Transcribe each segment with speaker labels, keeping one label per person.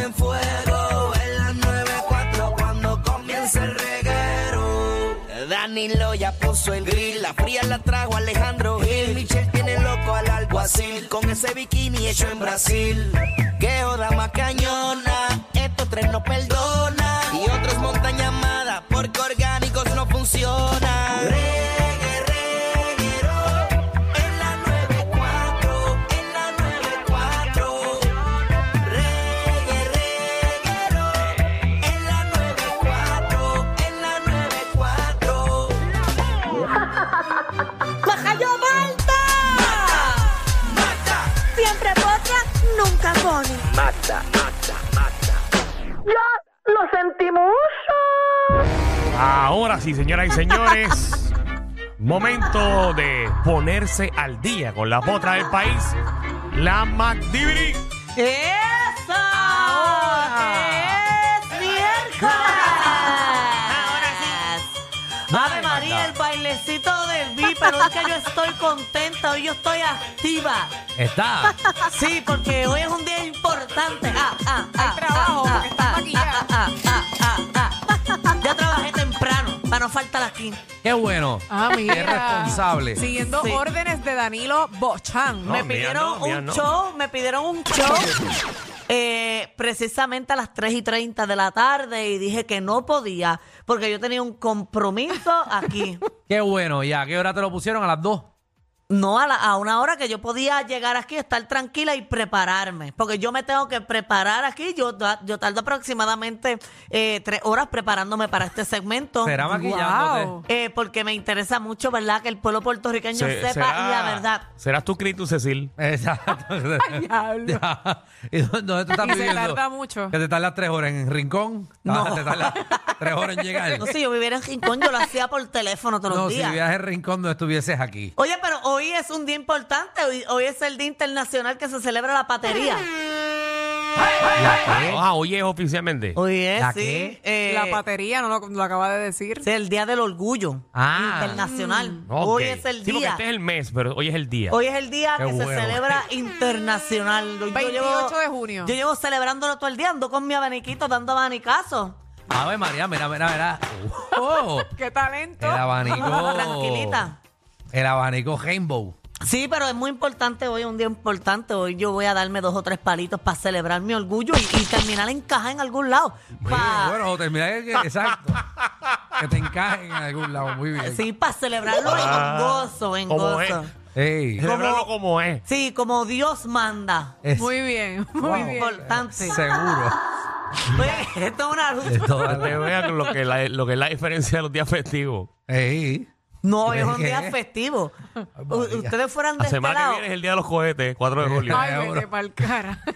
Speaker 1: en fuego. En las 9.4 cuando comienza el reguero. Danilo ya puso el grill, la fría la trajo Alejandro Gil. Michelle tiene loco al alguacil, con ese bikini hecho en Brasil. Que oda más cañona, estos tres no perdona. Y otros montan llamada, porque orgánicos no funcionan. Reggae, reguero. En la 94, en la 94, reggae, reguero. En la 94, en la 94.
Speaker 2: ¡Majayo Malta!
Speaker 1: Mata,
Speaker 2: Siempre potra, nunca pone.
Speaker 3: Ahora sí, señoras y señores, momento de ponerse al día con la potra del país, la MacDibri.
Speaker 2: ¡Eso! ¡Es miércoles! Ave María, el bailecito del vi, pero es que yo estoy contenta, hoy yo estoy activa.
Speaker 3: Está.
Speaker 2: Sí, porque hoy es un día importante. Ah, ah, ah,
Speaker 4: trabajo,
Speaker 2: ah,
Speaker 4: porque estás
Speaker 2: ah,
Speaker 4: maquillada.
Speaker 2: ah, ah, ah, ah, ah. Ya trabajé temprano, para no faltar aquí.
Speaker 5: Qué bueno.
Speaker 4: Ah, mira.
Speaker 5: Qué responsable.
Speaker 4: Siguiendo
Speaker 2: Sí.
Speaker 4: órdenes de Danilo Bochán.
Speaker 3: No,
Speaker 2: me
Speaker 3: mía
Speaker 2: pidieron
Speaker 3: no, mía
Speaker 2: un
Speaker 3: no.
Speaker 2: show, me pidieron un show eh, precisamente a las 3 y 30 de la tarde y dije que no podía porque yo tenía un compromiso aquí.
Speaker 5: Qué bueno. ¿Y a qué hora te lo pusieron? A las dos.
Speaker 2: No a, la- a una hora que yo podía llegar aquí, estar tranquila y prepararme. Porque yo me tengo que preparar aquí. Yo, da- yo tardo aproximadamente eh, tres horas preparándome para este segmento.
Speaker 5: Será maquillándote.
Speaker 4: Wow.
Speaker 2: Eh, porque me interesa mucho, ¿verdad? Que el pueblo puertorriqueño
Speaker 3: Se-
Speaker 2: sepa
Speaker 3: será-
Speaker 2: la verdad.
Speaker 3: Serás tú, Cristo Cecil.
Speaker 5: Exacto.
Speaker 4: diablo.
Speaker 5: Ya. ¿Y dó- dónde tú estás
Speaker 4: Y se
Speaker 5: viviendo?
Speaker 4: tarda mucho.
Speaker 5: Que te tardas tres horas en Rincón. Ah,
Speaker 2: No.
Speaker 5: Te tardas tres horas en llegar.
Speaker 2: No, si yo viviera en Rincón, yo lo hacía por teléfono todos
Speaker 5: No,
Speaker 2: los
Speaker 5: si
Speaker 2: días.
Speaker 5: vivías en Rincón, no estuvieses aquí.
Speaker 2: Oye, pero hoy es un día importante. Hoy, hoy es el Día Internacional que se celebra la patería.
Speaker 3: Ah, hoy es oficialmente.
Speaker 2: Hoy es,
Speaker 5: ¿La
Speaker 2: sí.
Speaker 5: qué?
Speaker 2: eh,
Speaker 4: La patería, no lo, lo acaba de decir.
Speaker 2: sí, el Día del Orgullo
Speaker 5: Ah.
Speaker 2: Internacional.
Speaker 3: Mm. Ok.
Speaker 2: Hoy es el
Speaker 3: Sí, porque
Speaker 2: día.
Speaker 3: este es el mes, pero hoy es el día.
Speaker 2: Hoy es el día
Speaker 5: Qué
Speaker 2: que se
Speaker 5: bueno.
Speaker 2: celebra internacional. Yo
Speaker 4: 28 de junio.
Speaker 2: Yo llevo celebrándolo todo el día, ando con mi abaniquito, dando abanicazos.
Speaker 5: A ver, María, mira, mira, mira. Oh,
Speaker 4: ¡Qué talento!
Speaker 5: el abanico.
Speaker 2: Tranquilita.
Speaker 5: El abanico Rainbow.
Speaker 2: Sí, pero es muy importante hoy, un día importante. Hoy yo voy a darme dos o tres palitos para celebrar mi orgullo y, y terminar en caja en algún lado.
Speaker 5: Muy bien,
Speaker 2: Pa-
Speaker 5: Bueno, Jotel, mira que, exacto. que te encajen en algún lado. Muy bien.
Speaker 2: Sí, para celebrarlo en
Speaker 3: Ah,
Speaker 2: gozo, en
Speaker 3: ¿cómo
Speaker 2: gozo.
Speaker 3: es?
Speaker 5: Ey.
Speaker 3: Celébralo como es.
Speaker 2: Sí, como Dios manda.
Speaker 5: Es-
Speaker 4: Muy bien, muy
Speaker 5: Wow.
Speaker 4: bien.
Speaker 2: Importante.
Speaker 5: Seguro.
Speaker 2: Oye, Esto es una
Speaker 5: De
Speaker 2: lucha.
Speaker 3: Para que
Speaker 5: todas-
Speaker 3: vean lo que, la, lo que es la diferencia de los días festivos.
Speaker 5: Ey.
Speaker 2: No, hoy es un
Speaker 5: ¿Qué?
Speaker 2: día festivo. U-
Speaker 5: María.
Speaker 2: ustedes fueran de
Speaker 3: La
Speaker 2: este
Speaker 3: semana que
Speaker 2: lado.
Speaker 3: viene es el día de los cohetes, 4 de julio.
Speaker 5: Ay,
Speaker 4: Ay, vete
Speaker 5: ahora.
Speaker 4: pa'l cara.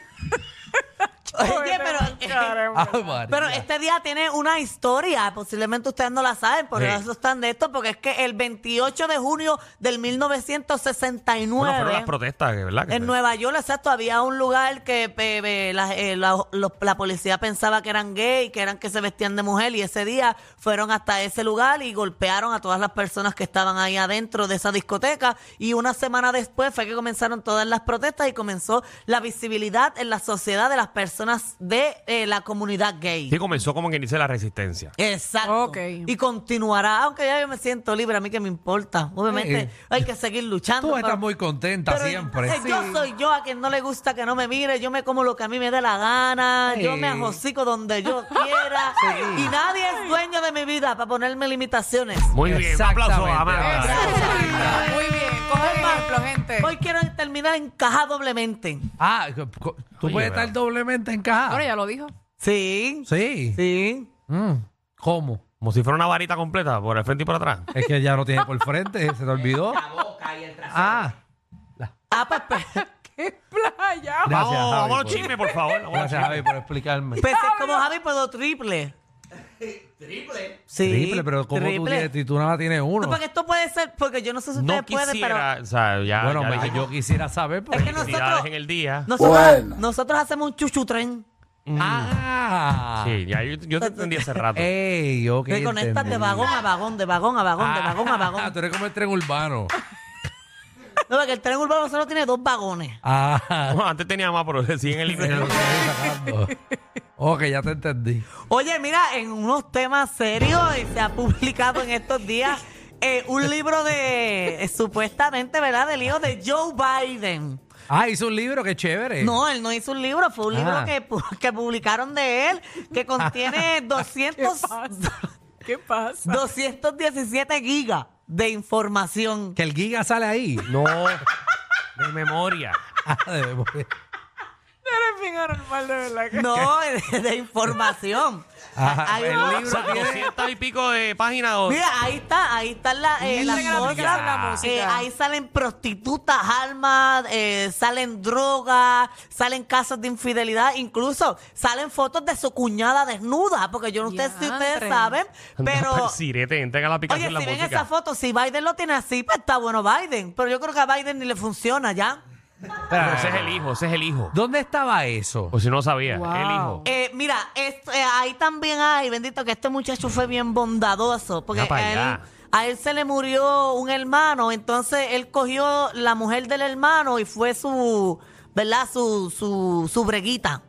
Speaker 2: Oye,
Speaker 4: Vete pa'l
Speaker 2: pero,
Speaker 4: cara,
Speaker 5: Ay, Ah, María.
Speaker 2: pero este día tiene una historia. Posiblemente ustedes no la saben, por
Speaker 5: Sí.
Speaker 2: eso están de esto, porque es que el 28 de junio del 1969.
Speaker 3: Bueno, fueron las protestas,
Speaker 5: Ah,
Speaker 3: ¿verdad?
Speaker 2: En Nueva York, exacto, había un lugar que eh, eh, la, eh, la- los- la policía pensaba que eran gay, que eran que se vestían de mujer y ese día fueron hasta ese lugar y golpearon a todas las personas que estaban ahí adentro de esa discoteca y una semana después fue que comenzaron todas las protestas y comenzó la visibilidad en la sociedad de las personas de eh, la comunidad gay.
Speaker 3: Sí, comenzó como quien dice la resistencia.
Speaker 2: Exacto.
Speaker 4: Ok.
Speaker 2: Y continuará, aunque ya yo me siento libre, a mí que me importa. Obviamente
Speaker 5: Sí.
Speaker 2: hay que seguir luchando.
Speaker 5: Tú estás
Speaker 2: pero-
Speaker 5: muy contenta
Speaker 2: pero
Speaker 5: siempre.
Speaker 2: entonces Yo soy yo a quien no le gusta que no me mire, yo me como lo que a mí me dé la gana,
Speaker 5: Sí.
Speaker 2: yo me ajocico donde yo quiera
Speaker 5: Sí.
Speaker 2: y nadie es dueño de mi vida para ponerme limitaciones.
Speaker 3: Muy bien, un aplauso a Amanda.
Speaker 5: Exactamente.
Speaker 4: Exacto. Muy bien, coge
Speaker 2: Emma,
Speaker 4: ejemplo, gente.
Speaker 2: Hoy quiero terminar encajada doblemente.
Speaker 5: Ah, co- co- tú
Speaker 3: Oye,
Speaker 5: puedes
Speaker 3: pero-
Speaker 5: estar doblemente encajada.
Speaker 4: Ahora ya lo dijo.
Speaker 2: Sí.
Speaker 5: Sí.
Speaker 2: Sí.
Speaker 5: Mm, ¿Cómo?
Speaker 3: Como si fuera una varita completa, por el frente y por atrás.
Speaker 5: Es que ya no tiene por frente, se te olvidó. La boca y el trasero. Ah,
Speaker 2: Ah, pues, pues,
Speaker 4: ¡Qué playa!
Speaker 5: gracias,
Speaker 3: vamos,
Speaker 5: Javi.
Speaker 3: vamos a los
Speaker 5: por-
Speaker 3: chismes, por favor. vamos a los
Speaker 5: Gracias,
Speaker 3: chismes.
Speaker 5: Javi, por explicarme.
Speaker 2: pues es como Javi, pero triple. Sí,
Speaker 5: triple, pero ¿cómo tú
Speaker 2: triple.
Speaker 5: tienes? Si tú nada más tienes uno.
Speaker 2: No, porque esto puede ser, porque yo no sé si ustedes
Speaker 3: No
Speaker 2: pueden, pero
Speaker 3: quisiera, o sea, ya,
Speaker 5: bueno,
Speaker 3: ya
Speaker 5: me-
Speaker 3: dije,
Speaker 5: yo quisiera saber. Porque...
Speaker 2: es que nosotros,
Speaker 3: en el día.
Speaker 2: nosotros,
Speaker 6: Bueno.
Speaker 2: nosotros hacemos un chuchutren.
Speaker 5: Ah,
Speaker 3: Sí, ya yo, yo te entendí hace rato.
Speaker 5: Eh, Ey, ok.
Speaker 2: Te conectas de
Speaker 5: entendí.
Speaker 2: vagón a vagón, de vagón a vagón, de vagón a
Speaker 5: Ah,
Speaker 2: vagón.
Speaker 5: tú eres como el tren urbano.
Speaker 2: No, porque el tren urbano solo tiene dos vagones.
Speaker 5: Ah,
Speaker 3: No, antes tenía más, pero sí en el
Speaker 5: pero lo
Speaker 3: libro.
Speaker 5: estoy sacando. Ok, ya te entendí.
Speaker 2: Oye, mira, en unos temas serios eh, se ha publicado en estos días eh, un libro de, eh, supuestamente, ¿verdad?, del hijo de Joe Biden.
Speaker 5: Ah, hizo un libro, qué chévere.
Speaker 2: No, él no hizo un libro, fue un libro
Speaker 5: Ah.
Speaker 2: que, pu- que publicaron de él, que contiene 200,
Speaker 4: ¿Qué pasa?
Speaker 2: 217 gigas de información.
Speaker 5: Que el giga sale ahí.
Speaker 3: No, de memoria.
Speaker 5: Ah, de memoria.
Speaker 4: Tú eres bien anormal, de verdad. que-
Speaker 2: No, de, de información.
Speaker 5: Ajá,
Speaker 2: Hay
Speaker 5: Ah, el
Speaker 2: un-
Speaker 3: O sea, 200 y pico de páginas. o-
Speaker 2: Mira, ahí está, ahí están la, eh, las
Speaker 4: Entren a la
Speaker 2: cosas.
Speaker 4: aplicación la música.
Speaker 2: Eh, ahí salen prostitutas, almas, eh, salen drogas, salen casos de infidelidad, incluso salen fotos de su cuñada desnuda, porque yo no sé si ustedes
Speaker 4: Diantre.
Speaker 2: saben,
Speaker 3: Anda
Speaker 2: pero...
Speaker 3: pa'l sirete, entrega la
Speaker 2: Oye,
Speaker 3: aplicación
Speaker 2: si
Speaker 3: la
Speaker 2: ven
Speaker 3: música.
Speaker 2: esa foto, si Biden lo tiene así, pues está bueno Biden. Pero yo creo que a Biden ni le funciona ya.
Speaker 5: Ah.
Speaker 3: Pero ese es el hijo, ese es el hijo.
Speaker 5: ¿Dónde estaba eso?
Speaker 3: O si no sabía,
Speaker 4: Wow.
Speaker 3: el hijo.
Speaker 2: Eh, mira, esto, eh, ahí también hay, bendito, que este muchacho fue bien bondadoso. Porque
Speaker 3: Ya pa'
Speaker 2: a él,
Speaker 3: allá.
Speaker 2: a él se le murió un hermano, entonces él cogió la mujer del hermano y fue su, ¿verdad? Su, su, su breguita.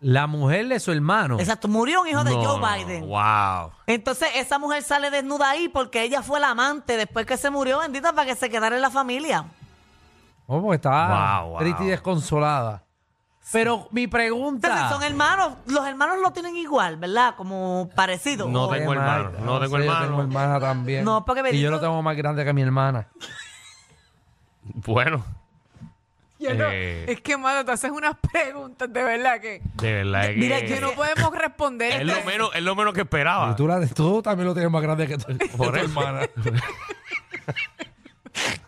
Speaker 5: La mujer de su hermano.
Speaker 2: Exacto, murió un hijo de
Speaker 3: No,
Speaker 2: Joe Biden.
Speaker 3: Wow.
Speaker 2: Entonces esa mujer sale desnuda ahí porque ella fue la amante después que se murió, bendita, para que se quedara en la familia.
Speaker 5: Oh, porque estaba
Speaker 3: Wow, wow.
Speaker 5: triste y desconsolada. Pero mi
Speaker 2: Entonces
Speaker 5: pregunta.
Speaker 2: son hermanos, los hermanos lo tienen igual, ¿verdad? Como parecido.
Speaker 3: No
Speaker 5: Oye,
Speaker 3: tengo hermano,
Speaker 5: Magda,
Speaker 3: no tengo
Speaker 5: sé,
Speaker 3: hermano.
Speaker 5: Yo tengo hermana también.
Speaker 2: No, porque
Speaker 5: Y yo
Speaker 2: bendito-
Speaker 5: lo tengo más grande que mi hermana.
Speaker 3: Bueno,
Speaker 4: Yo no-
Speaker 3: Eh.
Speaker 4: Es que, mano, te haces unas preguntas, de verdad, que,
Speaker 3: de verdad es
Speaker 2: Mira,
Speaker 3: que.
Speaker 4: que no podemos responder.
Speaker 3: es lo menos, es lo menos que esperaba.
Speaker 5: Y tú, la- tú también lo tienes más grande que tu, que tu
Speaker 3: Ah. Por eso.
Speaker 5: hermana.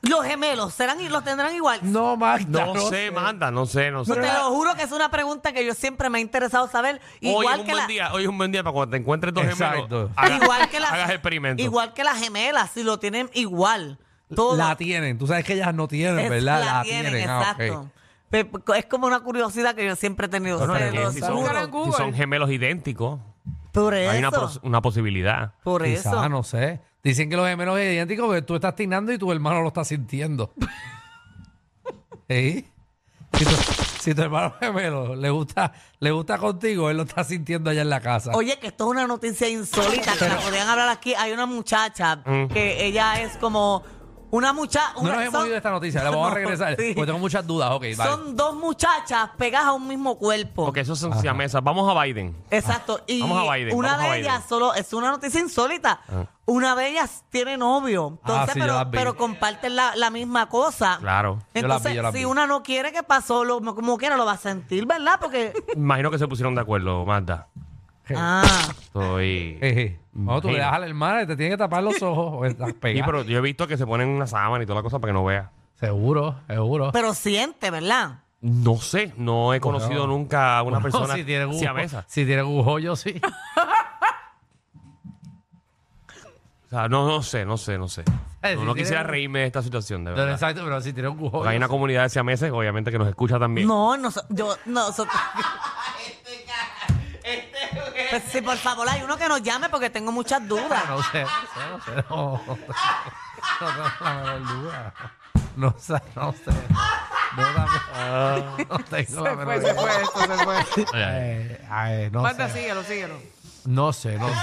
Speaker 2: Los gemelos serán y los tendrán igual.
Speaker 5: No, más.
Speaker 3: No sé, manda, no sé, no sé.
Speaker 2: Te lo juro que es una pregunta que yo siempre me ha interesado saber.
Speaker 3: Hoy es
Speaker 2: Igual
Speaker 3: un
Speaker 2: que
Speaker 3: buen
Speaker 2: la-
Speaker 3: día, hoy es un buen día para cuando te encuentres dos
Speaker 5: Exacto.
Speaker 3: gemelos. haga-
Speaker 2: igual que las-
Speaker 3: hagas experimentos.
Speaker 2: Igual que las gemelas, si lo tienen igual. Todas.
Speaker 5: La tienen. Tú sabes que ellas no tienen,
Speaker 2: Es-
Speaker 5: ¿verdad?
Speaker 2: la tienen,
Speaker 5: Ah, ok.
Speaker 2: exacto. Pe- pe- Es como una curiosidad que yo siempre he tenido.
Speaker 3: Bueno,
Speaker 2: se
Speaker 3: es que
Speaker 2: lo
Speaker 3: si,
Speaker 4: Búscalo en
Speaker 3: son, si
Speaker 4: Google.
Speaker 3: son gemelos idénticos,
Speaker 2: Por eso.
Speaker 3: hay una, pos- una posibilidad.
Speaker 2: por
Speaker 5: Quizá,
Speaker 2: eso.
Speaker 5: no sé. Dicen que los gemelos es idéntico, pero tú estás tinando y tu hermano lo está sintiendo. ¿Sí? Si tu, si tu hermano gemelo le gusta, le gusta contigo, él lo está sintiendo allá en la casa.
Speaker 2: Oye, que esto es una noticia insólita que la podían hablar aquí. Hay una muchacha que ella es como una muchacha.
Speaker 5: no nos hemos ido de esta noticia, la vamos a regresar. Porque tengo muchas dudas. Ok, vale.
Speaker 2: Son dos muchachas pegadas a un mismo cuerpo.
Speaker 3: Porque esos son siamesas. Vamos a Biden.
Speaker 2: Exacto.
Speaker 5: Ah,
Speaker 2: Y
Speaker 3: Vamos a Biden,
Speaker 2: una
Speaker 3: vamos a
Speaker 2: de
Speaker 3: Biden.
Speaker 2: ellas solo, es una noticia insólita. Una de ellas tiene novio. Entonces,
Speaker 5: Ah, sí, yo
Speaker 2: pero,
Speaker 5: las vi.
Speaker 2: pero comparten la, la misma cosa.
Speaker 3: Claro.
Speaker 5: Yo las
Speaker 2: Entonces,
Speaker 5: vi, yo las
Speaker 2: si
Speaker 5: vi.
Speaker 2: una no quiere que pasó, lo, como quiera lo va a sentir, ¿verdad? Porque.
Speaker 3: Imagino que se pusieron de acuerdo, Marta.
Speaker 2: ah.
Speaker 3: Estoy.
Speaker 5: Eje. No, tú le
Speaker 3: Imagino.
Speaker 5: das a la hermana y te tiene que tapar los ojos. o estás
Speaker 3: Sí,
Speaker 5: pegada.
Speaker 3: pero yo he visto que se ponen una sábana y toda la cosa para que no vea.
Speaker 5: Seguro, seguro.
Speaker 2: Pero siente, ¿verdad?
Speaker 3: No sé, no he conocido nunca a una
Speaker 5: No,
Speaker 3: persona
Speaker 5: si tiene un,
Speaker 3: siamesa.
Speaker 5: Si tiene un hoyo, sí.
Speaker 3: O sea, no, no sé, no sé, no sé.
Speaker 5: Eh,
Speaker 3: No,
Speaker 5: si
Speaker 3: no
Speaker 5: tiene
Speaker 3: quisiera
Speaker 5: un-
Speaker 3: reírme de esta situación, de
Speaker 5: No,
Speaker 3: verdad.
Speaker 5: exacto, pero si tiene un
Speaker 3: Porque
Speaker 5: hoyo.
Speaker 3: hay una comunidad de siameses, obviamente, que nos escucha también.
Speaker 2: No, no, so- yo, no, so- Pues sí, por favor, hay uno que nos llame porque tengo muchas dudas.
Speaker 5: No sé, no sé, no sé. No, no tengo la menor duda. No sé, no sé. No, también- no tengo la
Speaker 4: Se fue,
Speaker 5: menor
Speaker 4: se
Speaker 5: idea.
Speaker 4: fue esto, se fue.
Speaker 5: Eh, ay, no
Speaker 4: Manda,
Speaker 5: sé.
Speaker 4: síguelo, síguelo.
Speaker 5: No sé, no sé.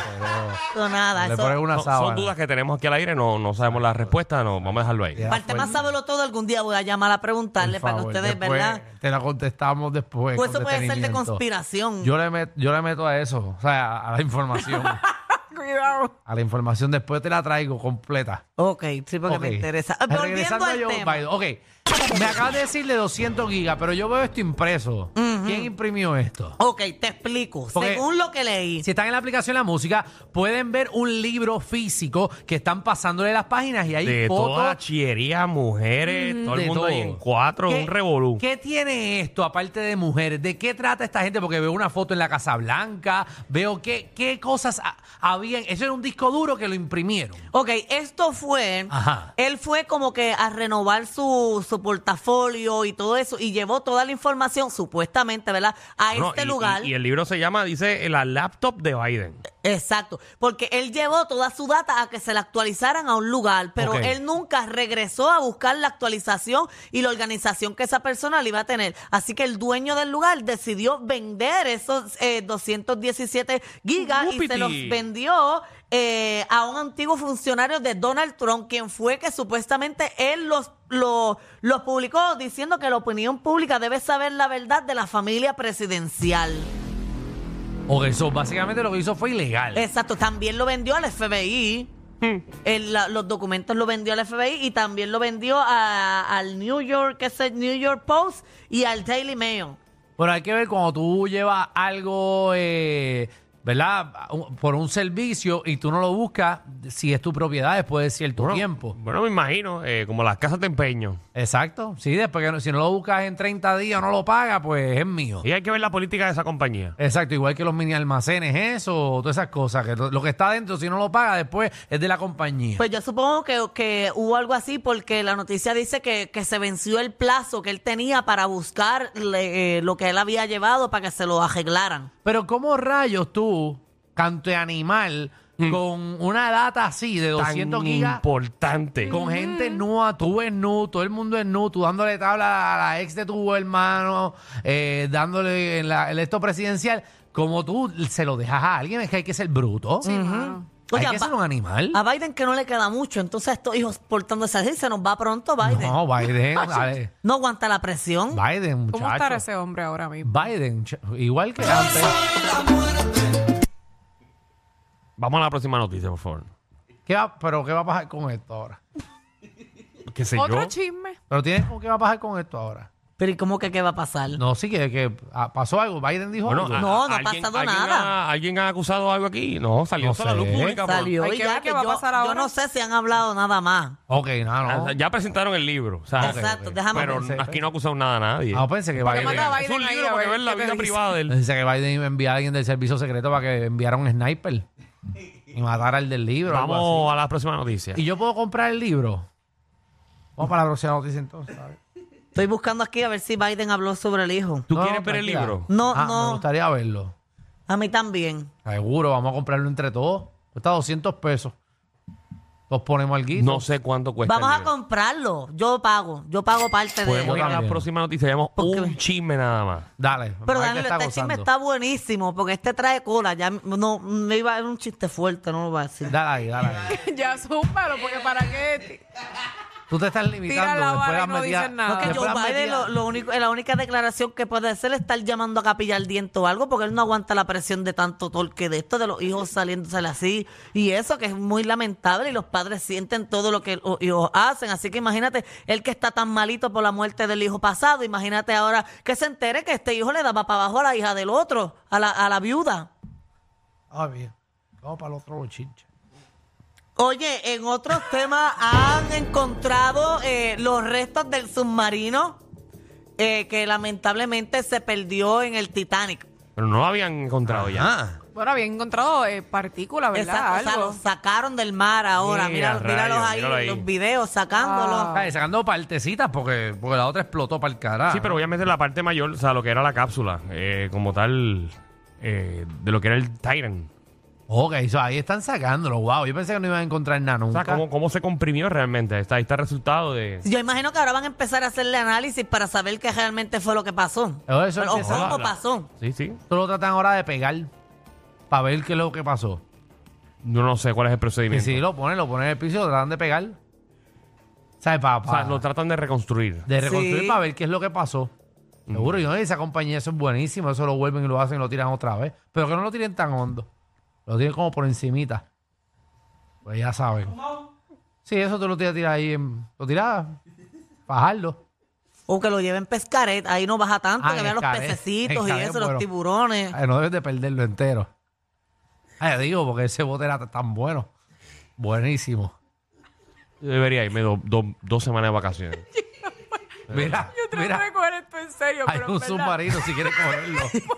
Speaker 5: no.
Speaker 2: No, nada,
Speaker 5: Le
Speaker 2: eso-
Speaker 5: ponen una
Speaker 3: No,
Speaker 5: sábana.
Speaker 3: son dudas que tenemos aquí al aire, no, no sabemos la respuesta, no, vamos a dejarlo ahí.
Speaker 5: Ya,
Speaker 2: Para el tema sábelo todo, algún día voy a llamar a
Speaker 5: por
Speaker 2: preguntarle para que
Speaker 5: favor,
Speaker 2: ustedes,
Speaker 5: después
Speaker 2: ¿verdad?
Speaker 5: Te la contestamos después.
Speaker 2: Pues
Speaker 5: con
Speaker 2: eso puede ser de
Speaker 5: detenimiento.
Speaker 2: conspiración.
Speaker 5: Yo le, met- yo le meto a eso, o sea, a la información.
Speaker 4: Cuidado.
Speaker 5: a la información después te la traigo completa.
Speaker 2: Ok, sí, porque me
Speaker 5: Ok. Eh,
Speaker 2: interesa. Ah, Volviendo
Speaker 5: Regresando a
Speaker 2: al
Speaker 5: Joe
Speaker 2: tema.
Speaker 5: Biden. Ok, me acabas de decir de 200 gigas, pero yo veo esto impreso. ¿Quién imprimió esto?
Speaker 2: Ok, te explico.
Speaker 5: Porque-
Speaker 2: Según lo que leí.
Speaker 5: Si están en la aplicación La Música, pueden ver un libro físico que están pasándole las páginas y hay
Speaker 3: De
Speaker 5: fotos. Mm,
Speaker 3: toda la chillería, mujeres, todo el
Speaker 5: de
Speaker 3: mundo ahí
Speaker 5: todo.
Speaker 3: en cuatro,
Speaker 5: ¿Qué-
Speaker 3: un revolú.
Speaker 5: ¿Qué tiene esto aparte de mujeres? ¿De qué trata esta gente? Porque veo una foto en la Casa Blanca, veo qué, qué cosas ha- habían. Eso era un disco duro que lo imprimieron.
Speaker 2: Ok, esto fue.
Speaker 5: Ajá.
Speaker 2: Él fue como que a renovar su, su portafolio y todo eso y llevó toda la información, supuestamente, ¿verdad? A
Speaker 3: No,
Speaker 2: este
Speaker 3: y-
Speaker 2: lugar.
Speaker 3: Y, y el libro se llama, dice, La laptop de Biden.
Speaker 2: Exacto, porque él llevó toda su data a que se la actualizaran a un lugar, pero
Speaker 3: Ok.
Speaker 2: él nunca regresó a buscar la actualización y la organización que esa persona le iba a tener. Así que el dueño del lugar decidió vender esos eh, 217 gigas y
Speaker 3: Upiti.
Speaker 2: se los vendió eh, a un antiguo funcionario de Donald Trump, quien fue que supuestamente él los... Lo, los publicó diciendo que la opinión pública debe saber la verdad de la familia presidencial.
Speaker 5: O eso, básicamente lo que hizo fue ilegal.
Speaker 2: Exacto, también lo vendió al FBI. El- la- los documentos lo vendió al FBI y también lo vendió a- al New York, que es el New York Post y al Daily Mail.
Speaker 5: Pero hay que ver cuando tú llevas algo, eh, ¿verdad? Un- Por un servicio y tú no lo buscas, si es tu propiedad después de cierto
Speaker 3: Bueno,
Speaker 5: tiempo.
Speaker 3: Bueno, me imagino, eh, como las casas de empeño.
Speaker 5: Exacto. Sí, después que no- si no lo buscas en 30 días o no lo pagas, pues es mío.
Speaker 3: Y hay que ver la política de esa compañía.
Speaker 5: Exacto, igual que los mini almacenes, eso, todas esas cosas. Que lo lo que está dentro, si no lo paga después, es de la compañía.
Speaker 2: Pues yo supongo que, que hubo algo así porque la noticia dice que, que se venció el plazo que él tenía para buscar le- eh, lo que él había llevado para que se lo arreglaran.
Speaker 5: Pero, ¿cómo rayos tú, canto de animal, con una data así de 200
Speaker 3: Mm. Tan
Speaker 5: gigas,
Speaker 3: importante.
Speaker 5: con gente nua, tú es nu, todo el mundo es nu, tú dándole tabla a la ex de tu hermano, eh, dándole en la- el esto presidencial, como tú se lo dejas a alguien, es que hay que ser bruto.
Speaker 4: mano.
Speaker 5: Hay
Speaker 2: Oye,
Speaker 5: que
Speaker 2: a
Speaker 5: ser
Speaker 2: Ba-
Speaker 5: un animal.
Speaker 2: A Biden que no le queda mucho, entonces a estos hijos portándose así, se nos va pronto Biden. No,
Speaker 5: No, Biden, dale.
Speaker 2: aguanta la presión.
Speaker 5: Biden, muchacho.
Speaker 4: ¿Cómo estará ese hombre ahora mismo?
Speaker 5: Biden, ch- igual que antes.
Speaker 3: Vamos a la próxima noticia, por favor.
Speaker 5: ¿Qué va- ¿Pero qué va a pasar con esto ahora?
Speaker 3: ¿Qué sé
Speaker 4: Otro
Speaker 3: yo?
Speaker 4: chisme.
Speaker 5: ¿Pero tienes con qué va a pasar con esto ahora?
Speaker 2: Pero ¿y cómo que qué va a pasar?
Speaker 5: No, sí, que, que, ah, pasó algo. Biden dijo
Speaker 3: Bueno, ah.
Speaker 5: algo.
Speaker 3: a-
Speaker 2: No,
Speaker 3: a-
Speaker 2: no ha pasado nada.
Speaker 3: Ha, ¿Alguien ha acusado algo aquí? No, salió
Speaker 5: No
Speaker 3: eso a la luz
Speaker 5: sé.
Speaker 3: pública. por-
Speaker 2: Salió
Speaker 4: Hay
Speaker 2: y
Speaker 4: que
Speaker 2: ya
Speaker 4: ver qué
Speaker 2: que
Speaker 4: va a
Speaker 2: yo,
Speaker 4: pasar
Speaker 2: yo
Speaker 4: ahora.
Speaker 2: no sé si han hablado nada más.
Speaker 5: Ok, no, no.
Speaker 3: Ah, Ya presentaron el libro. o sea,
Speaker 2: Exacto, déjame
Speaker 3: Pero
Speaker 5: pensé,
Speaker 3: aquí no ha acusado nada a nadie.
Speaker 5: Ah, pensé que
Speaker 4: Porque manda
Speaker 5: Biden...
Speaker 4: a
Speaker 3: es un
Speaker 4: Biden ahí
Speaker 3: libro
Speaker 4: a
Speaker 3: para que
Speaker 4: ver
Speaker 3: ver la
Speaker 4: qué te
Speaker 3: vida
Speaker 4: dice.
Speaker 3: privada de él.
Speaker 5: Pensé que Biden iba a enviar a alguien del servicio secreto para que enviara un sniper y matara al del libro. algo
Speaker 3: Vamos a la próxima noticia.
Speaker 5: así. ¿Y yo puedo comprar el libro? Vamos para la próxima noticia entonces. a ver.
Speaker 2: Estoy buscando aquí a ver si Biden habló sobre el hijo.
Speaker 3: ¿Tú
Speaker 5: No,
Speaker 3: quieres ver el
Speaker 5: tranquila.
Speaker 3: libro?
Speaker 2: No,
Speaker 5: Ah, Me
Speaker 2: no,
Speaker 5: gustaría verlo.
Speaker 2: a mí también.
Speaker 5: Seguro, vamos a comprarlo entre todos. Cuesta 200 pesos. Los ponemos al guito.
Speaker 3: No sé cuánto
Speaker 5: Pues
Speaker 3: cuesta.
Speaker 2: Vamos
Speaker 3: el
Speaker 2: a
Speaker 3: libro.
Speaker 2: comprarlo. Yo pago. Yo pago parte de
Speaker 3: Podemos ir a la
Speaker 5: también.
Speaker 3: próxima noticia. Llevamos
Speaker 2: ¿Por qué?
Speaker 3: un chisme nada más.
Speaker 5: Dale.
Speaker 2: Pero
Speaker 5: Mike
Speaker 2: Danilo,
Speaker 5: está
Speaker 2: este chisme
Speaker 5: gozando.
Speaker 2: está buenísimo porque este trae cola. Ya no me iba a dar un chiste fuerte, no lo voy a decir.
Speaker 5: Dale ahí, dale ahí.
Speaker 4: ya súmalo, porque para qué.
Speaker 5: Tú te estás limitando.
Speaker 4: Tira la
Speaker 5: después
Speaker 4: vara y
Speaker 5: las
Speaker 4: no
Speaker 5: metidas-
Speaker 4: dicen nada.
Speaker 5: no,
Speaker 4: Porque
Speaker 2: Que
Speaker 5: después
Speaker 2: Joe
Speaker 5: las
Speaker 2: Biden,
Speaker 5: metidas-
Speaker 2: lo, lo único, la única declaración que puede hacer es estar llamando a capillar el diente o algo, porque él no aguanta la presión de tanto torque de esto, de los hijos saliéndosele así, y eso que es muy lamentable, y los padres sienten todo lo que los hijos hacen. Así que imagínate, él que está tan malito por la muerte del hijo pasado, imagínate ahora que se entere que este hijo le daba para abajo a la hija del otro, a la, a la viuda.
Speaker 5: Ah, bien. Vamos para el otro bochinche.
Speaker 2: Oye, en otros temas han encontrado eh, los restos del submarino eh, que lamentablemente se perdió en el Titanic.
Speaker 3: Pero no lo habían encontrado ya.
Speaker 5: Ah.
Speaker 4: Bueno, había encontrado eh, partículas, ¿verdad?
Speaker 2: Exacto, o sea,
Speaker 4: Algo.
Speaker 2: los sacaron del mar ahora.
Speaker 3: Mira,
Speaker 2: Mira, míralos
Speaker 3: rayos,
Speaker 2: ahí,
Speaker 3: míralo ahí.
Speaker 2: los videos sacándolos.
Speaker 4: Ah.
Speaker 5: Ay, sacando partecitas porque, porque la otra explotó para el carajo.
Speaker 3: Sí, pero obviamente la parte mayor, o sea, lo que era la cápsula, eh, como tal, eh, de lo que era el Titan.
Speaker 5: Ok, so Oh, ahí están sacándolo. Wow, yo pensé que no iban a encontrar nada
Speaker 3: O
Speaker 5: nunca.
Speaker 3: sea, cómo, cómo se comprimió realmente. Ahí está, ahí está el resultado de.
Speaker 2: Yo imagino que ahora van a empezar a hacerle análisis para saber qué realmente fue lo que pasó.
Speaker 5: Oh, Eso es
Speaker 2: Pero, o
Speaker 5: que se
Speaker 2: cómo
Speaker 3: habla.
Speaker 2: pasó.
Speaker 3: Sí, sí.
Speaker 5: Esto lo tratan ahora de pegar para ver qué es lo que pasó.
Speaker 3: Yo no sé cuál es el
Speaker 5: Y
Speaker 3: procedimiento.
Speaker 5: si lo ponen, lo ponen en el piso, lo tratan de pegar. ¿Sabes? Para,
Speaker 3: O sea, lo tratan de reconstruir.
Speaker 5: de reconstruir
Speaker 2: Sí.
Speaker 5: para ver qué es lo que pasó. Seguro, y no, esa compañía, eso es buenísimo. Eso lo vuelven y lo hacen y lo tiran otra vez. Pero que no lo tiren tan hondo. Lo tiren como por encimita. Pues ya saben. Sí, eso tú lo tiras tiras ahí. en- lo tiras. Fajarlo.
Speaker 2: O que lo lleven pescaret, ahí no baja tanto,
Speaker 5: Ah,
Speaker 2: que
Speaker 5: en
Speaker 2: vean los
Speaker 5: Xcaret,
Speaker 2: pececitos y
Speaker 5: en Xcaret,
Speaker 2: eso,
Speaker 5: bueno.
Speaker 2: los tiburones.
Speaker 5: Ay, no debes de perderlo entero. Ay, digo, porque ese bote era tan bueno. Buenísimo.
Speaker 3: Yo debería irme do- do- dos semanas de vacaciones.
Speaker 5: Mira,
Speaker 4: Yo trato
Speaker 5: mira.
Speaker 4: de coger esto en serio,
Speaker 5: Hay
Speaker 4: pero
Speaker 5: un
Speaker 4: en verdad,
Speaker 5: submarino si quieres cogerlo.